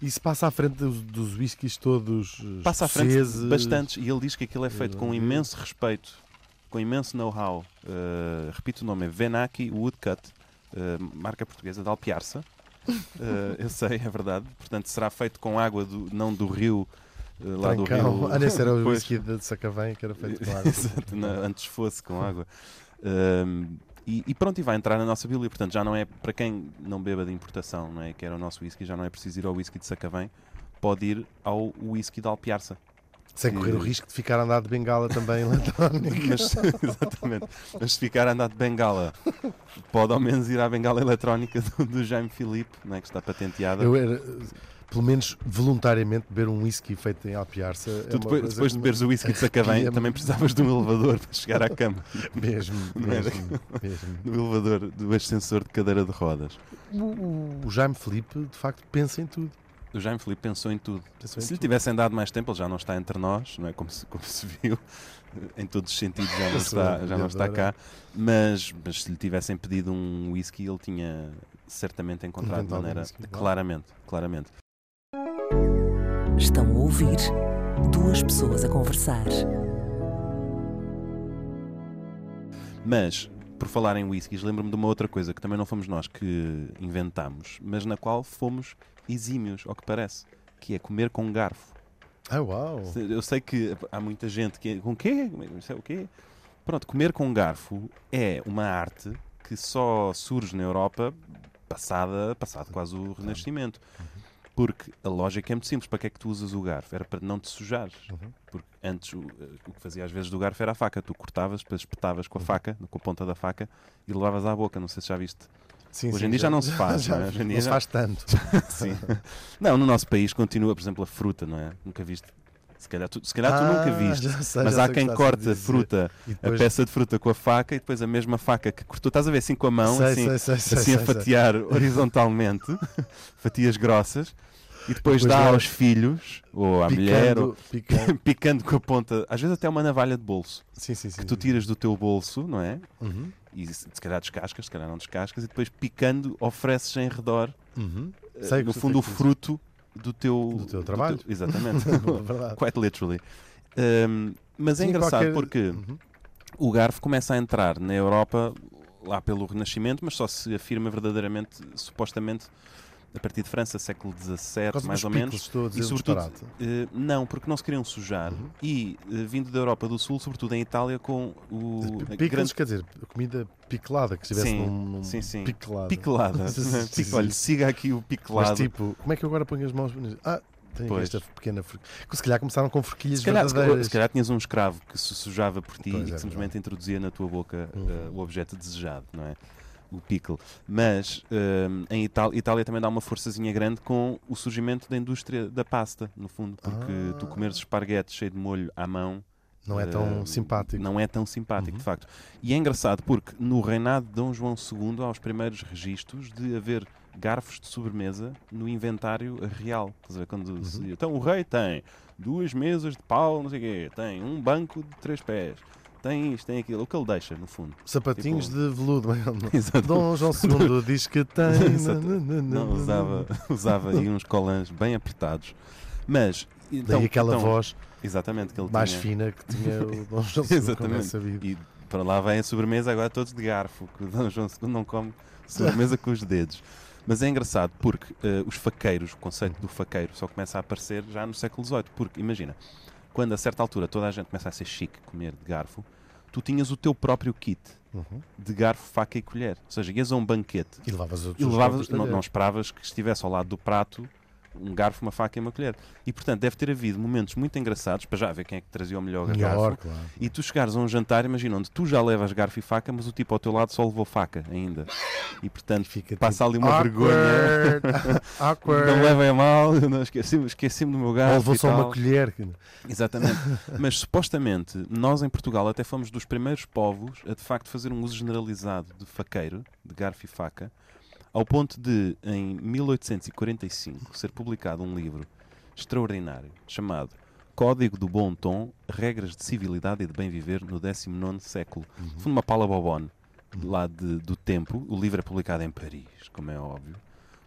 [SPEAKER 3] isso passa à frente dos, dos whiskies todos eh,
[SPEAKER 2] à frente
[SPEAKER 3] escoceses.
[SPEAKER 2] bastante. E ele diz que aquilo é feito com
[SPEAKER 3] Irlandeses.
[SPEAKER 2] imenso respeito, com imenso know-how. Uh, repito o nome: é Venaki Woodcut, uh, marca portuguesa de Alpiarça. Uh, eu sei, é verdade. Portanto, será feito com água do- não do rio. uh, lá do
[SPEAKER 3] Trancão.
[SPEAKER 2] rio.
[SPEAKER 3] Ah, nesse era o
[SPEAKER 2] Pois.
[SPEAKER 3] whisky de Sacavém que era feito com água.
[SPEAKER 2] Exato, na- antes fosse com água. Ahm, e, e pronto, e vai entrar na nossa bíblia. Portanto, já não é para quem não beba de importação, não é? Que era o nosso whisky, já não é preciso ir ao whisky de Sacavém, pode ir ao whisky de Alpiarça.
[SPEAKER 3] Sem correr o risco de ficar a andar de bengala também, Letónico.
[SPEAKER 2] Mas, exatamente. Mas se ficar a andar de bengala, pode ao menos ir à bengala eletrónica do, do Jaime Filipe, não é? que está patenteada.
[SPEAKER 3] Eu era, pelo menos voluntariamente, beber um whisky feito em Alpiarça. é
[SPEAKER 2] Tu
[SPEAKER 3] uma
[SPEAKER 2] depois,
[SPEAKER 3] coisa
[SPEAKER 2] depois
[SPEAKER 3] que é
[SPEAKER 2] de
[SPEAKER 3] me-
[SPEAKER 2] beberes o whisky de Sacavém,
[SPEAKER 3] arrepia-me.
[SPEAKER 2] também precisavas de um elevador para chegar à cama.
[SPEAKER 3] Mesmo,
[SPEAKER 2] Não era?
[SPEAKER 3] mesmo, mesmo.
[SPEAKER 2] Do elevador, do ascensor de cadeira de rodas.
[SPEAKER 3] O, o- o Jaime Felipe, de facto, pensa em tudo.
[SPEAKER 2] O Jaime Filipe pensou em tudo.
[SPEAKER 3] Pensou em
[SPEAKER 2] Se lhe
[SPEAKER 3] tudo.
[SPEAKER 2] tivessem dado mais tempo, ele já não está entre nós, não é? Como se, como se viu, em todos os sentidos já não
[SPEAKER 3] é,
[SPEAKER 2] está, já não está cá. Mas, mas se lhe tivessem pedido um whisky, ele tinha certamente encontrado
[SPEAKER 3] Inventado um
[SPEAKER 2] maneira.
[SPEAKER 3] whisky, claro.
[SPEAKER 2] claramente, claramente.
[SPEAKER 1] Estão a ouvir duas pessoas a conversar.
[SPEAKER 2] Mas, por falar em whiskies, lembro-me de uma outra coisa que também não fomos nós que inventámos, mas na qual fomos exímios, ao que parece, que é comer com garfo.
[SPEAKER 3] Ah, uau!
[SPEAKER 2] Se- Eu sei que há muita gente que. Com quê? Como é que- Isso é o quê? Pronto, comer com um garfo é uma arte que só surge na Europa passada, passado quase o Renascimento.
[SPEAKER 3] Uhum.
[SPEAKER 2] Porque a lógica é muito simples. Para que é que tu usas o garfo? Era para não te sujares.
[SPEAKER 3] Uhum.
[SPEAKER 2] Porque antes o, eh, o que fazia às vezes do garfo era a faca. Tu cortavas, depois espetavas
[SPEAKER 3] Uhum.
[SPEAKER 2] com a faca, com a ponta da faca, e levavas à boca. Não sei se já viste.
[SPEAKER 3] Sim,
[SPEAKER 2] Hoje
[SPEAKER 3] sim,
[SPEAKER 2] em dia já não se faz, não é? Hoje em dia
[SPEAKER 3] não se
[SPEAKER 2] já-
[SPEAKER 3] faz tanto.
[SPEAKER 2] Sim. Não, no nosso país continua, por exemplo, a fruta, não é? Nunca viste. Se calhar tu, se calhar tu nunca
[SPEAKER 3] Ah,
[SPEAKER 2] viste.
[SPEAKER 3] já sei,
[SPEAKER 2] Mas
[SPEAKER 3] já
[SPEAKER 2] há
[SPEAKER 3] sei o
[SPEAKER 2] quem
[SPEAKER 3] que estás a
[SPEAKER 2] corta a
[SPEAKER 3] dizer.
[SPEAKER 2] fruta,
[SPEAKER 3] E depois-
[SPEAKER 2] a peça de fruta com a faca e depois a mesma faca que cortou, estás a ver assim com a mão,
[SPEAKER 3] Sei,
[SPEAKER 2] assim,
[SPEAKER 3] sei, sei, sei,
[SPEAKER 2] assim a
[SPEAKER 3] sei, sei.
[SPEAKER 2] fatiar horizontalmente, fatias grossas, e depois,
[SPEAKER 3] Depois
[SPEAKER 2] dá
[SPEAKER 3] dá-
[SPEAKER 2] aos filhos, ou à
[SPEAKER 3] Picando-
[SPEAKER 2] mulher, ou-
[SPEAKER 3] picando-
[SPEAKER 2] picando com a ponta, às vezes até é uma navalha de bolso,
[SPEAKER 3] Sim, sim, sim.
[SPEAKER 2] que tu tiras do teu bolso, não é?
[SPEAKER 3] Uhum,
[SPEAKER 2] E se se calhar descascas, se calhar não descascas, e depois picando ofereces em redor,
[SPEAKER 3] uhum.
[SPEAKER 2] eh,
[SPEAKER 3] Sei
[SPEAKER 2] no
[SPEAKER 3] que-
[SPEAKER 2] fundo, o
[SPEAKER 3] sei que-
[SPEAKER 2] fruto do teu,
[SPEAKER 3] Do teu trabalho.
[SPEAKER 2] exatamente.
[SPEAKER 3] É Verdade.
[SPEAKER 2] Quite literally. Um, mas é
[SPEAKER 3] Sim,
[SPEAKER 2] engraçado
[SPEAKER 3] qualquer-
[SPEAKER 2] porque
[SPEAKER 3] Uhum.
[SPEAKER 2] o garfo começa a entrar na Europa lá pelo Renascimento, mas só se afirma verdadeiramente, supostamente, a partir de França, século
[SPEAKER 3] Por
[SPEAKER 2] XVII, é
[SPEAKER 3] causa
[SPEAKER 2] mais
[SPEAKER 3] dos
[SPEAKER 2] ou
[SPEAKER 3] picles,
[SPEAKER 2] menos.
[SPEAKER 3] Estou a dizer
[SPEAKER 2] E
[SPEAKER 3] um
[SPEAKER 2] sobretudo,
[SPEAKER 3] disparate. Uhum.
[SPEAKER 2] eh, não, porque não se queriam sujar. E eh, vindo da Europa do Sul, sobretudo em Itália, com o a
[SPEAKER 3] Picles, quer dizer, comida piclada, que estivesse
[SPEAKER 2] Sim,
[SPEAKER 3] num, num
[SPEAKER 2] sim, sim.
[SPEAKER 3] piclado.
[SPEAKER 2] picolada.
[SPEAKER 3] Sim, sim,
[SPEAKER 2] Pic-
[SPEAKER 3] sim.
[SPEAKER 2] Olha, siga aqui o picolado.
[SPEAKER 3] Mas tipo, como é que eu agora ponho as mãos? Ah, tenho aqui
[SPEAKER 2] Pois.
[SPEAKER 3] esta pequena forquilha. Se calhar começaram com forquilhas
[SPEAKER 2] Se calhar, se calhar-
[SPEAKER 3] verdadeiras.
[SPEAKER 2] se calhar tinhas um escravo que se sujava por ti
[SPEAKER 3] Pois é,
[SPEAKER 2] e que simplesmente
[SPEAKER 3] verdade.
[SPEAKER 2] introduzia na tua boca
[SPEAKER 3] Uhum.
[SPEAKER 2] eh, o objeto desejado, não é? O pickle. Mas hum, em Itália, Itália também dá uma forçazinha grande com o surgimento da indústria da pasta, no fundo, porque
[SPEAKER 3] Ah.
[SPEAKER 2] tu comeres esparguete cheio de molho à mão
[SPEAKER 3] Não é tão
[SPEAKER 2] eh,
[SPEAKER 3] simpático. Uhum.
[SPEAKER 2] Não é tão simpático, de facto. E é engraçado porque no reinado de Dom João II há os primeiros registros de haver garfos de sobremesa no inventário real. Estás a ver? Quando
[SPEAKER 3] Uhum.
[SPEAKER 2] se- Então o rei tem duas mesas de pau, não sei o quê, tem um banco de três pés, tem isto, tem aquilo, o que ele deixa, no fundo.
[SPEAKER 3] Sapatinhos
[SPEAKER 2] tipo-
[SPEAKER 3] de veludo.
[SPEAKER 2] Exato.
[SPEAKER 3] Dom João II diz que tem.
[SPEAKER 2] Exato. Não usava, usava aí uns colãs bem apertados. Mas. Então,
[SPEAKER 3] Daí aquela
[SPEAKER 2] então,
[SPEAKER 3] voz
[SPEAKER 2] Exatamente, que ele
[SPEAKER 3] mais
[SPEAKER 2] tinha.
[SPEAKER 3] fina que tinha o Dom João II. como é
[SPEAKER 2] Exatamente.
[SPEAKER 3] sabido.
[SPEAKER 2] E para lá vem a sobremesa, agora todos de garfo, que o Dom João II não come sobremesa com os dedos. Mas é engraçado porque eh, os faqueiros, o conceito do faqueiro, só começa a aparecer já no século XVIII. Porque, imagina, quando a certa altura toda a gente começa a ser chique comer de garfo, tu tinhas o teu próprio kit
[SPEAKER 3] Uhum.
[SPEAKER 2] de garfo, faca e colher. Ou seja, ias a um banquete
[SPEAKER 3] E levavas
[SPEAKER 2] e
[SPEAKER 3] outros.
[SPEAKER 2] levavas,
[SPEAKER 3] copos de
[SPEAKER 2] não, não
[SPEAKER 3] talher.
[SPEAKER 2] esperavas que estivesse ao lado do prato um garfo, uma faca e uma colher. E portanto deve ter havido momentos muito engraçados para já ver quem é que trazia o melhor garfo.
[SPEAKER 3] Melhor, claro.
[SPEAKER 2] E tu chegares a um jantar, imagina, onde tu já levas garfo e faca, mas o tipo ao teu lado só levou faca ainda. E portanto
[SPEAKER 3] Fica
[SPEAKER 2] passa ali
[SPEAKER 3] tipo,
[SPEAKER 2] uma vergonha.
[SPEAKER 3] "Awkward, Awkward.
[SPEAKER 2] Não levem a mal, eu não esqueci-me esqueci do meu garfo.
[SPEAKER 3] Ou levou
[SPEAKER 2] e
[SPEAKER 3] só
[SPEAKER 2] tal.
[SPEAKER 3] uma colher. que-
[SPEAKER 2] Exatamente. Mas supostamente nós em Portugal até fomos dos primeiros povos a de facto fazer um uso generalizado de faqueiro, de garfo e faca, ao ponto de, em 1845, ser publicado um livro extraordinário chamado Código do Bom Tom, Regras de Civilidade e de Bem Viver no 19 século. Foi uma pala bobone lá de- do tempo. O livro é publicado em Paris, como é óbvio,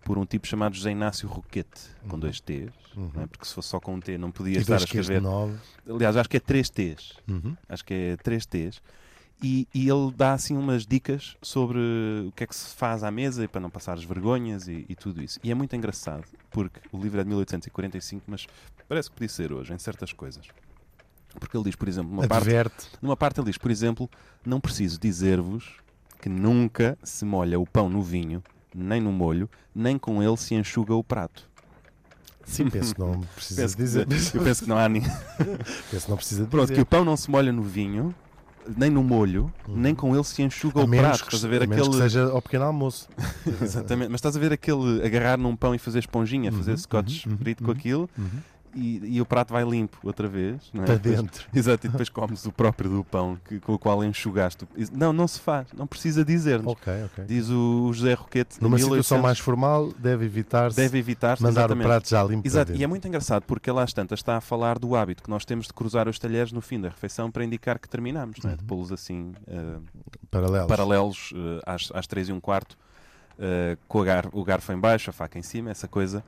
[SPEAKER 2] por um tipo chamado José Inácio Roquete, com dois T's, não é? porque se fosse só com um T não podia
[SPEAKER 3] E
[SPEAKER 2] estar a
[SPEAKER 3] Uhum. dois queijos de
[SPEAKER 2] escrever
[SPEAKER 3] nove.
[SPEAKER 2] Aliás, acho que é 3Ts.
[SPEAKER 3] Uhum.
[SPEAKER 2] Acho que é 3Ts. E, e ele dá assim umas dicas sobre o que é que se faz à mesa e para não passar as vergonhas e, e tudo isso. E é muito engraçado, porque o livro é de 1845, mas parece que podia ser hoje, em certas coisas. Porque ele diz, por exemplo, numa parte,
[SPEAKER 3] Adverte.
[SPEAKER 2] numa parte ele diz, por exemplo, não preciso dizer-vos que nunca se molha o pão no vinho, nem no molho, nem com ele se enxuga o prato.
[SPEAKER 3] Sim, penso que não precisa
[SPEAKER 2] Penso que-
[SPEAKER 3] dizer. Penso
[SPEAKER 2] eu penso que não há ninguém.
[SPEAKER 3] que não precisa
[SPEAKER 2] Pronto, que
[SPEAKER 3] dizer.
[SPEAKER 2] o pão não se molha no vinho, nem no molho, nem com ele se enxuga o prato. Estás a ver
[SPEAKER 3] Uhum. a menos que
[SPEAKER 2] aquele.
[SPEAKER 3] seja ao pequeno almoço.
[SPEAKER 2] Exatamente, mas estás a ver aquele agarrar num pão e fazer esponjinha,
[SPEAKER 3] Uhum,
[SPEAKER 2] fazer scotch frito com aquilo e, e o prato vai limpo outra vez. Não é?
[SPEAKER 3] Para
[SPEAKER 2] Depois-
[SPEAKER 3] dentro.
[SPEAKER 2] Exato, e depois comes o próprio do pão que- com o qual enxugaste. o- Isso- Não, não se faz, não precisa dizer-nos.
[SPEAKER 3] Ok, ok.
[SPEAKER 2] Diz o José Roquete. em
[SPEAKER 3] Numa situação
[SPEAKER 2] 1800,
[SPEAKER 3] mais formal, deve evitar-se
[SPEAKER 2] Deve evitar
[SPEAKER 3] mandar o prato já limpo.
[SPEAKER 2] Exato,
[SPEAKER 3] para
[SPEAKER 2] e é
[SPEAKER 3] dentro.
[SPEAKER 2] muito engraçado porque lá às tantas está a falar do hábito que nós temos de cruzar os talheres no fim da refeição para indicar que terminamos, não é?
[SPEAKER 3] Uhum.
[SPEAKER 2] de pô-los assim eh,
[SPEAKER 3] Paralelos.
[SPEAKER 2] paralelos eh, às, às 3 e um quarto, eh, com a gar- o garfo em baixo, a faca em cima, essa coisa.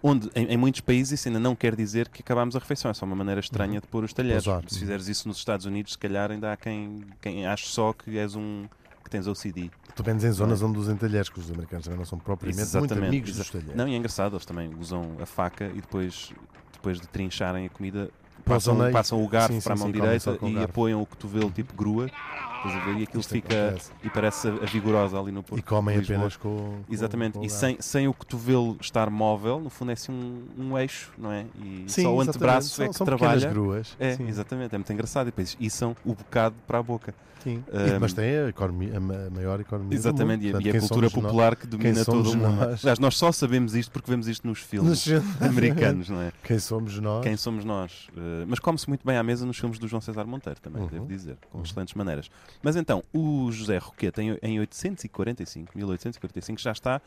[SPEAKER 2] Onde em, em muitos países isso ainda não quer dizer que acabámos a refeição, é só uma maneira estranha de pôr os talheres.
[SPEAKER 3] Uhum. Pousar.
[SPEAKER 2] Se fizeres isso nos Estados Unidos, se calhar ainda há quem, quem ache só que és um que tens OCD.
[SPEAKER 3] Pelo menos em zonas onde usem talheres, que os americanos também não são propriamente muito
[SPEAKER 2] é? Exatamente,
[SPEAKER 3] amigos dos
[SPEAKER 2] exa-
[SPEAKER 3] talheres.
[SPEAKER 2] Não, e é engraçado, eles também usam a faca e depois, depois de trincharem a comida,
[SPEAKER 3] Passam
[SPEAKER 2] passam,
[SPEAKER 3] na-
[SPEAKER 2] passam o garfo
[SPEAKER 3] sim,
[SPEAKER 2] para a
[SPEAKER 3] sim,
[SPEAKER 2] mão
[SPEAKER 3] sim, comem só
[SPEAKER 2] direita
[SPEAKER 3] com o
[SPEAKER 2] e
[SPEAKER 3] garfo.
[SPEAKER 2] apoiam o cotovelo tipo grua, estás a ver? E aquilo
[SPEAKER 3] Isto
[SPEAKER 2] fica
[SPEAKER 3] acontece.
[SPEAKER 2] e parece a a vigorosa ali no Porto.
[SPEAKER 3] E comem
[SPEAKER 2] de Lisboa.
[SPEAKER 3] apenas com. com-
[SPEAKER 2] Exatamente,
[SPEAKER 3] com
[SPEAKER 2] e
[SPEAKER 3] garfo.
[SPEAKER 2] sem, sem o cotovelo estar móvel, no fundo é assim um, um eixo, não é? E
[SPEAKER 3] Sim,
[SPEAKER 2] só o
[SPEAKER 3] exatamente.
[SPEAKER 2] antebraço
[SPEAKER 3] são,
[SPEAKER 2] é que
[SPEAKER 3] são pequenas
[SPEAKER 2] trabalha.
[SPEAKER 3] gruas.
[SPEAKER 2] É,
[SPEAKER 3] Sim,
[SPEAKER 2] exatamente, é muito engraçado. E depois içam o bocado para a boca.
[SPEAKER 3] sim.
[SPEAKER 2] Ahm,
[SPEAKER 3] E- mas tem a, economia, a ma- maior economia. do mundo.
[SPEAKER 2] Ehm, Exatamente, e a-
[SPEAKER 3] Portanto,
[SPEAKER 2] e a
[SPEAKER 3] quem
[SPEAKER 2] cultura
[SPEAKER 3] somos nós?
[SPEAKER 2] popular que domina todo
[SPEAKER 3] somos
[SPEAKER 2] o mundo.
[SPEAKER 3] nós?
[SPEAKER 2] Aliás, nós só sabemos isto porque vemos isto nos filmes
[SPEAKER 3] Nos-
[SPEAKER 2] americanos, não é?
[SPEAKER 3] Quem somos nós?
[SPEAKER 2] Quem somos nós? Eh, mas come-se muito bem à mesa nos filmes do João César Monteiro, também,
[SPEAKER 3] Uhum.
[SPEAKER 2] devo dizer, com
[SPEAKER 3] Uhum.
[SPEAKER 2] excelentes maneiras. Mas então, o José Roqueta, em, em 845, 1845, já está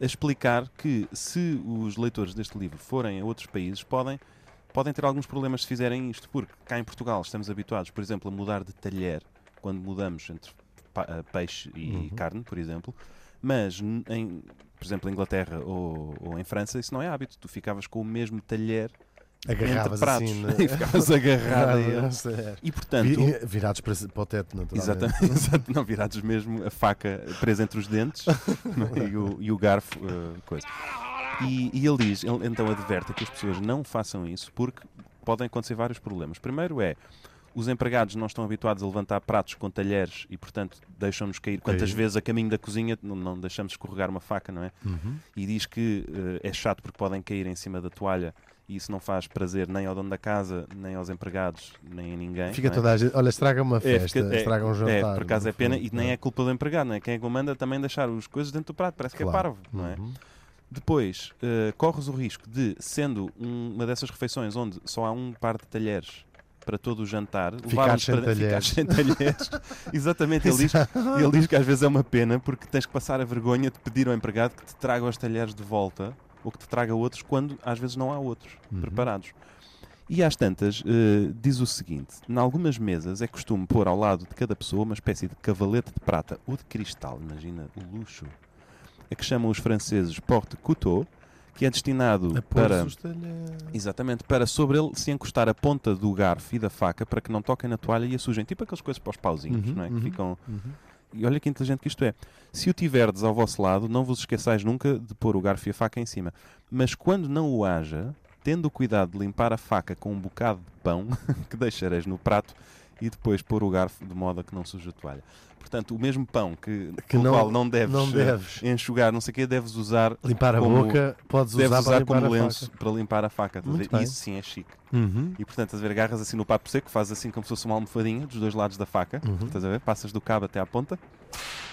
[SPEAKER 2] a explicar que se os leitores deste livro forem a outros países, podem, podem ter alguns problemas se fizerem isto, porque cá em Portugal estamos habituados, por exemplo, a mudar de talher quando mudamos entre pa- eh, peixe e
[SPEAKER 3] Uhum.
[SPEAKER 2] carne, por exemplo, mas, n- em, por exemplo, em Inglaterra ou, ou em França, isso não é hábito. Tu ficavas com o mesmo talher entre
[SPEAKER 3] Agarravas
[SPEAKER 2] pratos
[SPEAKER 3] assim. é.
[SPEAKER 2] e ficavas agarrado a ele.
[SPEAKER 3] Certo.
[SPEAKER 2] E portanto,
[SPEAKER 3] Vi- Virados para, para o teto, naturalmente.
[SPEAKER 2] exatamente, exato, não virados mesmo a faca presa entre os dentes né, e, o, e o garfo, eh, coisa. E, e ele diz, ele então adverte que as pessoas não façam isso porque podem acontecer vários problemas. Primeiro é. Os empregados não estão habituados a levantar pratos com talheres e, portanto, deixam-nos cair. Quantas
[SPEAKER 3] Cair.
[SPEAKER 2] vezes a caminho da cozinha não, não deixamos escorregar uma faca, não é?
[SPEAKER 3] Uhum.
[SPEAKER 2] e diz que eh, é chato porque podem cair em cima da toalha e isso não faz prazer nem ao dono da casa, nem aos empregados, nem a ninguém.
[SPEAKER 3] Fica
[SPEAKER 2] não é?
[SPEAKER 3] toda a gente. Olha, estraga uma
[SPEAKER 2] É,
[SPEAKER 3] festa,
[SPEAKER 2] fica- é,
[SPEAKER 3] estraga um jantar.
[SPEAKER 2] É, por acaso
[SPEAKER 3] no
[SPEAKER 2] é pena
[SPEAKER 3] fundo,
[SPEAKER 2] e nem
[SPEAKER 3] não
[SPEAKER 2] é culpa do empregado, não é? Quem é que o manda também deixar os coisas dentro do prato, parece que é
[SPEAKER 3] Claro.
[SPEAKER 2] parvo, não é?
[SPEAKER 3] Uhum.
[SPEAKER 2] Depois, eh, corres o risco de, sendo um- uma dessas refeições onde só há um par de talheres para todo o jantar, levar-nos
[SPEAKER 3] sem
[SPEAKER 2] para- ficar
[SPEAKER 3] talheres.
[SPEAKER 2] sem talheres. Exatamente,
[SPEAKER 3] Uhum.
[SPEAKER 2] ele diz, ele diz que às vezes é uma pena porque tens que passar a vergonha de pedir ao empregado que te traga os talheres de volta ou que te traga outros quando às vezes não há outros
[SPEAKER 3] Uhum.
[SPEAKER 2] preparados. E às tantas, eh, diz o seguinte: em algumas mesas é costume pôr ao lado de cada pessoa uma espécie de cavalete de prata ou de cristal, imagina o luxo, a que chamam os franceses porte couteau, que é destinado
[SPEAKER 3] A pôr
[SPEAKER 2] para.
[SPEAKER 3] talheres.
[SPEAKER 2] Exatamente, para sobre ele se encostar a ponta do garfo e da faca para que não toquem na toalha e a sujem. Tipo aquelas coisas para os pauzinhos,
[SPEAKER 3] Uhum,
[SPEAKER 2] não é? Que
[SPEAKER 3] uhum,
[SPEAKER 2] ficam.
[SPEAKER 3] uhum.
[SPEAKER 2] E olha que inteligente que isto é. Se o tiverdes ao vosso lado, não vos esqueçais nunca de pôr o garfo e a faca em cima. Mas quando não o haja, tendo o cuidado de limpar a faca com um bocado de pão que deixareis no prato e depois pôr o garfo de modo a que não suja a toalha. Portanto, o mesmo pão que,
[SPEAKER 3] Que
[SPEAKER 2] com o
[SPEAKER 3] não-
[SPEAKER 2] qual não deves,
[SPEAKER 3] não
[SPEAKER 2] eh,
[SPEAKER 3] deves.
[SPEAKER 2] enxugar, não sei o quê, deves usar,
[SPEAKER 3] Limpar a
[SPEAKER 2] Como-
[SPEAKER 3] boca, podes
[SPEAKER 2] deves
[SPEAKER 3] usar, para
[SPEAKER 2] usar
[SPEAKER 3] limpar
[SPEAKER 2] como
[SPEAKER 3] a
[SPEAKER 2] lenço
[SPEAKER 3] faca.
[SPEAKER 2] para limpar a faca. estás a
[SPEAKER 3] Muito
[SPEAKER 2] ver?
[SPEAKER 3] bem.
[SPEAKER 2] Isso sim é chique.
[SPEAKER 3] Uhum.
[SPEAKER 2] E portanto, estás a ver, agarras assim no papo seco, fazes assim como se fosse uma almofadinha dos dois lados da faca,
[SPEAKER 3] Uhum.
[SPEAKER 2] estás a ver? Passas do cabo até à ponta,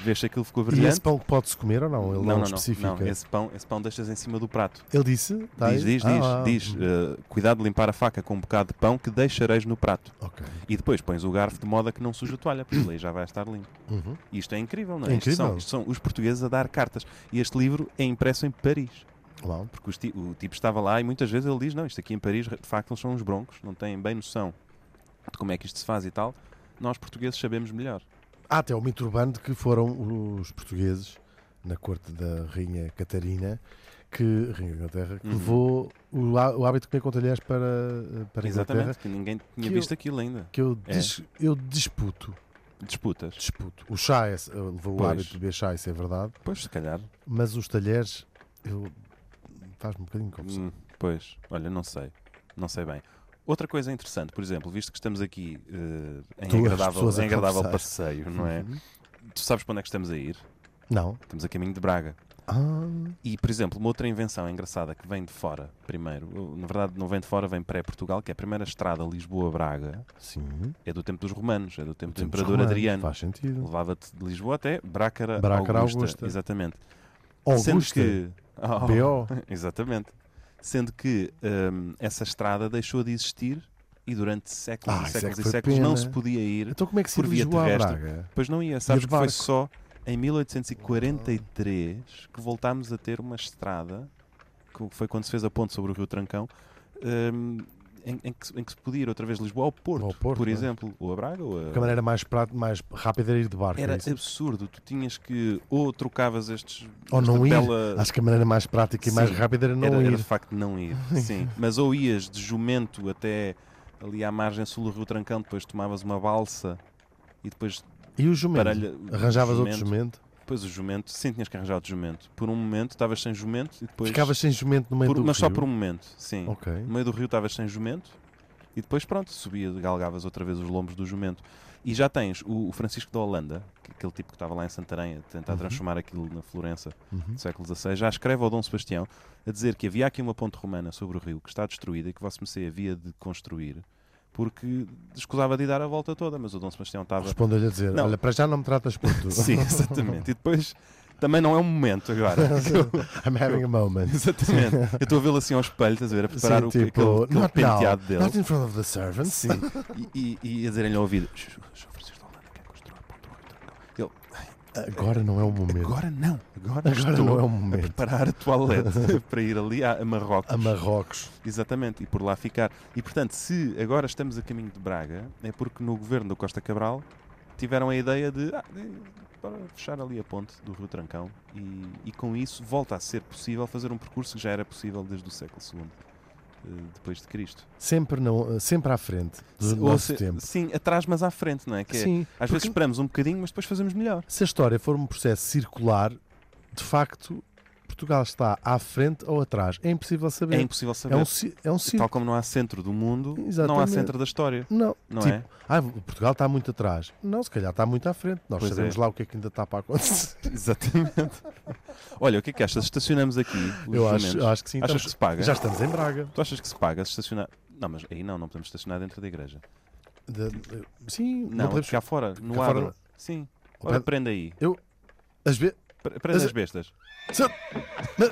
[SPEAKER 2] vês se aquilo ficou
[SPEAKER 3] E esse
[SPEAKER 2] brilhante.
[SPEAKER 3] pão que pode-se comer ou não? é Ele não, especifica.
[SPEAKER 2] não, esse pão, esse pão deixas em cima do prato.
[SPEAKER 3] Ele disse? Tá
[SPEAKER 2] diz,
[SPEAKER 3] aí?
[SPEAKER 2] diz, diz,
[SPEAKER 3] Ah, ah,
[SPEAKER 2] diz, eh, cuidado de limpar a faca com um bocado de pão que deixareis no prato.
[SPEAKER 3] hum, Ok.
[SPEAKER 2] E depois pões o garfo de modo a que não suja a toalha, porque ele aí já vai estar limpo.
[SPEAKER 3] Uhum.
[SPEAKER 2] E Isto é incrível, não é?
[SPEAKER 3] É
[SPEAKER 2] Isto, são,
[SPEAKER 3] incrível.
[SPEAKER 2] isto são os portugueses a dar cartas. E este livro é impresso em Paris.
[SPEAKER 3] Uau.
[SPEAKER 2] Porque os ti- o tipo estava lá e muitas vezes ele diz: Não, isto aqui em Paris, de facto, eles são uns broncos, não têm bem noção de como é que isto se faz e tal. Nós portugueses sabemos melhor.
[SPEAKER 3] Há Ah, até o mito urbano de que foram os portugueses, na corte da Rainha Catarina, que, Rainha da Inglaterra, que
[SPEAKER 2] Uhum.
[SPEAKER 3] levou o, há- o hábito de comer com talheres para, para a Inglaterra.
[SPEAKER 2] Exatamente, que ninguém tinha
[SPEAKER 3] Que
[SPEAKER 2] visto aquilo ainda.
[SPEAKER 3] Que eu,
[SPEAKER 2] É.
[SPEAKER 3] dis- eu disputo,
[SPEAKER 2] Disputas.
[SPEAKER 3] disputo. O chá é- levou
[SPEAKER 2] Pois.
[SPEAKER 3] o hábito de beber chá, isso é verdade,
[SPEAKER 2] Pois, se calhar.
[SPEAKER 3] mas os talheres, eu faz-me um bocadinho confusão.
[SPEAKER 2] Hum, pois, olha, não sei. Não sei bem. Outra coisa interessante, por exemplo, visto que estamos aqui eh,
[SPEAKER 3] Tu,
[SPEAKER 2] em
[SPEAKER 3] as
[SPEAKER 2] agradável,
[SPEAKER 3] pessoas a
[SPEAKER 2] em agradável
[SPEAKER 3] conversar.
[SPEAKER 2] passeio, não é?
[SPEAKER 3] Uhum.
[SPEAKER 2] Tu sabes para onde é que estamos a ir?
[SPEAKER 3] Não.
[SPEAKER 2] Estamos a caminho de Braga.
[SPEAKER 3] Ah,
[SPEAKER 2] E, por exemplo, uma outra invenção engraçada que vem de fora, primeiro, ou, na verdade não vem de fora, vem pré-Portugal, que é a primeira estrada Lisboa-Braga,
[SPEAKER 3] sim.
[SPEAKER 2] é do tempo dos romanos, é do tempo do
[SPEAKER 3] Temos
[SPEAKER 2] imperador
[SPEAKER 3] romanos,
[SPEAKER 2] Adriano.
[SPEAKER 3] Faz sentido.
[SPEAKER 2] Levava-te de Lisboa até Brácara,
[SPEAKER 3] Brácara
[SPEAKER 2] Augusta,
[SPEAKER 3] Augusta.
[SPEAKER 2] Exatamente. Sendo
[SPEAKER 3] Augusta,
[SPEAKER 2] que... Oh,
[SPEAKER 3] B.O.
[SPEAKER 2] Exatamente. Sendo que hum, essa estrada deixou de existir e durante séculos
[SPEAKER 3] Ah,
[SPEAKER 2] e
[SPEAKER 3] isso é
[SPEAKER 2] séculos
[SPEAKER 3] que
[SPEAKER 2] e
[SPEAKER 3] foi
[SPEAKER 2] séculos não
[SPEAKER 3] pena.
[SPEAKER 2] se podia ir.
[SPEAKER 3] Então como é que se
[SPEAKER 2] por via
[SPEAKER 3] Lisboa a
[SPEAKER 2] terrestre.
[SPEAKER 3] Braga?
[SPEAKER 2] Pois não ia. Sabes
[SPEAKER 3] de
[SPEAKER 2] que foi
[SPEAKER 3] barco?
[SPEAKER 2] só em 1843 que voltámos a ter uma estrada, que foi quando se fez a ponte sobre o Rio Trancão, hum, em, em que, se- em que se podia ir outra vez de Lisboa ao Porto,
[SPEAKER 3] Ao Porto,
[SPEAKER 2] por
[SPEAKER 3] não é?
[SPEAKER 2] exemplo, ou a Braga, ou
[SPEAKER 3] Porque a
[SPEAKER 2] a...
[SPEAKER 3] maneira mais, pra- mais rápida era ir de barco.
[SPEAKER 2] Era
[SPEAKER 3] é isso?
[SPEAKER 2] absurdo, tu tinhas que ou trocavas estes
[SPEAKER 3] Ou
[SPEAKER 2] esta
[SPEAKER 3] não Ah, ir.
[SPEAKER 2] bela-
[SPEAKER 3] Acho que a maneira mais prática e mais
[SPEAKER 2] Sim,
[SPEAKER 3] rápida era não
[SPEAKER 2] era, era
[SPEAKER 3] ir.
[SPEAKER 2] de facto não ir, sim. Mas ou ias de jumento até ali à margem sul do Rio Trancão, depois tomavas uma balsa e depois
[SPEAKER 3] E o jumento?
[SPEAKER 2] parelha.
[SPEAKER 3] Arranjavas outro jumento?
[SPEAKER 2] Depois o jumento, sim, tinhas que arranjar outro jumento. Por um momento estavas sem jumento e depois.
[SPEAKER 3] Ficavas sem jumento no meio
[SPEAKER 2] por-
[SPEAKER 3] do
[SPEAKER 2] mas
[SPEAKER 3] rio?
[SPEAKER 2] só por um momento, sim.
[SPEAKER 3] Ok.
[SPEAKER 2] No meio do rio estavas sem jumento e depois pronto, subia, galgavas outra vez os lombos do jumento. E já tens o, o Francisco da Holanda, que- aquele tipo que estava lá em Santarém a tentar
[SPEAKER 3] Uhum.
[SPEAKER 2] transformar aquilo na Florença
[SPEAKER 3] Uhum.
[SPEAKER 2] do século XVI, já escreve ao Dom Sebastião a dizer que havia aqui uma ponte romana sobre o rio que está destruída e que Vossa Mercê havia de construir porque escusava de ir dar a volta toda, mas o Dom Sebastião estava.
[SPEAKER 3] Respondo-lhe a dizer,
[SPEAKER 2] Não.
[SPEAKER 3] olha, para já não me tratas por tu.
[SPEAKER 2] Sim, exatamente. E depois também não é um momento agora.
[SPEAKER 3] I'm having a moment.
[SPEAKER 2] Exatamente. Eu estou a vê-lo assim ao espelho, estás a ver? A preparar
[SPEAKER 3] Sim,
[SPEAKER 2] o,
[SPEAKER 3] tipo,
[SPEAKER 2] aquele, aquele
[SPEAKER 3] not now,
[SPEAKER 2] penteado dele.
[SPEAKER 3] not in front of the servants.
[SPEAKER 2] Sim. E, e- e a dizer-lhe ao ouvido: "Xu, xu, Sr. Francisco de Holanda quer construir a ponte do Rio Trancão."
[SPEAKER 3] Agora não é o momento.
[SPEAKER 2] Agora não. Agora,
[SPEAKER 3] Agora
[SPEAKER 2] estou
[SPEAKER 3] não é o
[SPEAKER 2] a
[SPEAKER 3] momento.
[SPEAKER 2] preparar a toalete para ir ali a a Marrocos.
[SPEAKER 3] A Marrocos.
[SPEAKER 2] Exatamente, e por lá ficar. E portanto, se agora estamos a caminho de Braga, é porque no governo do Costa Cabral tiveram a ideia de, ah, eh, bora fechar ali a ponte do Rio Trancão e, e com isso volta a ser possível fazer um percurso que já era possível desde o século II. eh, Depois de Cristo.
[SPEAKER 3] Sempre, não, sempre à frente do
[SPEAKER 2] Se- ou
[SPEAKER 3] nosso
[SPEAKER 2] se-
[SPEAKER 3] tempo.
[SPEAKER 2] Sim, atrás, mas à frente, não é? Que é,
[SPEAKER 3] Sim.
[SPEAKER 2] às vezes
[SPEAKER 3] porque-
[SPEAKER 2] esperamos um bocadinho, mas depois fazemos melhor.
[SPEAKER 3] Se a história for um processo circular, de facto, Portugal está à frente ou atrás. É impossível saber.
[SPEAKER 2] É impossível saber.
[SPEAKER 3] É um, ci- é um
[SPEAKER 2] Tal
[SPEAKER 3] círculo.
[SPEAKER 2] como não há centro do mundo, não há
[SPEAKER 3] Exatamente.
[SPEAKER 2] centro da história,
[SPEAKER 3] Não,
[SPEAKER 2] não
[SPEAKER 3] tipo,
[SPEAKER 2] é?
[SPEAKER 3] ah, Portugal está muito atrás. Não, se calhar está muito à frente. Nós
[SPEAKER 2] Pois
[SPEAKER 3] sabemos
[SPEAKER 2] é.
[SPEAKER 3] lá o que é que ainda está para acontecer.
[SPEAKER 2] Exatamente. Olha, o que é que achas? Estacionamos aqui. Os
[SPEAKER 3] Eu acho,
[SPEAKER 2] jumentos.
[SPEAKER 3] eu acho que sim.
[SPEAKER 2] Achas
[SPEAKER 3] estamos-
[SPEAKER 2] que se paga?
[SPEAKER 3] Então, Já estamos em Braga.
[SPEAKER 2] Tu achas que se paga se estacionar? Não, mas aí não, não podemos estacionar dentro da igreja.
[SPEAKER 3] De- de- sim, não,
[SPEAKER 2] Não,
[SPEAKER 3] podemos.
[SPEAKER 2] cá fora, no
[SPEAKER 3] cá
[SPEAKER 2] ar.
[SPEAKER 3] fora-
[SPEAKER 2] Sim.
[SPEAKER 3] Ao
[SPEAKER 2] Ora,
[SPEAKER 3] pé-
[SPEAKER 2] prende aí.
[SPEAKER 3] Às vezes.
[SPEAKER 2] Pre- Prende
[SPEAKER 3] Mas-
[SPEAKER 2] as bestas.
[SPEAKER 3] Se- Na-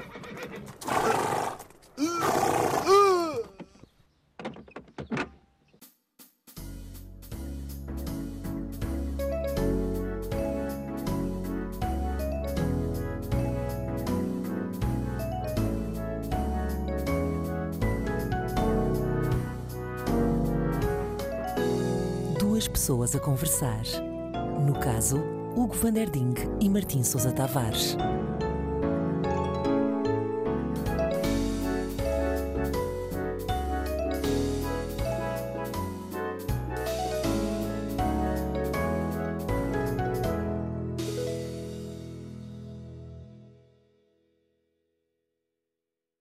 [SPEAKER 1] Duas pessoas a conversar. No caso, Hugo Van Der Ding e Martim Sousa Tavares.